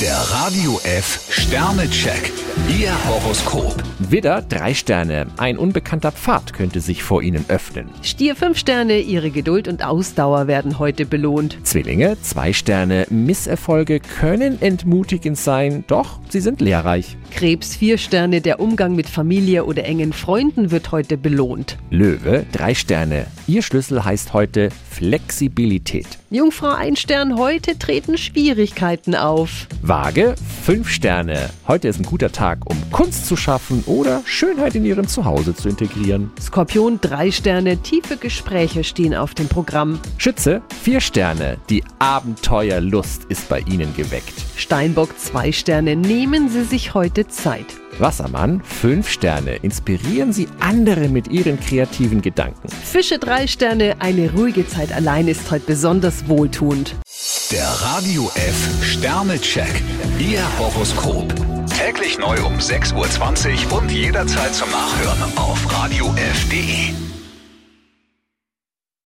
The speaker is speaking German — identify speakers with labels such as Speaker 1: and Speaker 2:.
Speaker 1: Der Radio F Sternecheck. Ihr Horoskop.
Speaker 2: Widder, drei Sterne. Ein unbekannter Pfad könnte sich vor Ihnen öffnen.
Speaker 3: Stier 5 Sterne, Ihre Geduld und Ausdauer werden heute belohnt.
Speaker 2: Zwillinge, zwei Sterne. Misserfolge können entmutigend sein, doch sie sind lehrreich.
Speaker 3: Krebs 4 Sterne, der Umgang mit Familie oder engen Freunden wird heute belohnt.
Speaker 2: Löwe, drei Sterne. Ihr Schlüssel heißt heute Flexibilität.
Speaker 3: Jungfrau 1 Stern, heute treten Schwierigkeiten auf.
Speaker 2: Waage, fünf Sterne. Heute ist ein guter Tag, um Kunst zu schaffen oder Schönheit in Ihrem Zuhause zu integrieren.
Speaker 3: Skorpion 3 Sterne, tiefe Gespräche stehen auf dem Programm.
Speaker 2: Schütze, vier Sterne. Die Abenteuerlust ist bei Ihnen geweckt.
Speaker 3: Steinbock 2 Sterne, nehmen Sie sich heute Zeit.
Speaker 2: Wassermann, fünf Sterne. Inspirieren Sie andere mit Ihren kreativen Gedanken.
Speaker 3: Fische 3 Sterne, eine ruhige Zeit allein ist heute besonders wohltuend.
Speaker 1: Der Radio F Sternecheck. Ihr Horoskop. Täglich neu um 6.20 Uhr und jederzeit zum Nachhören auf Radio F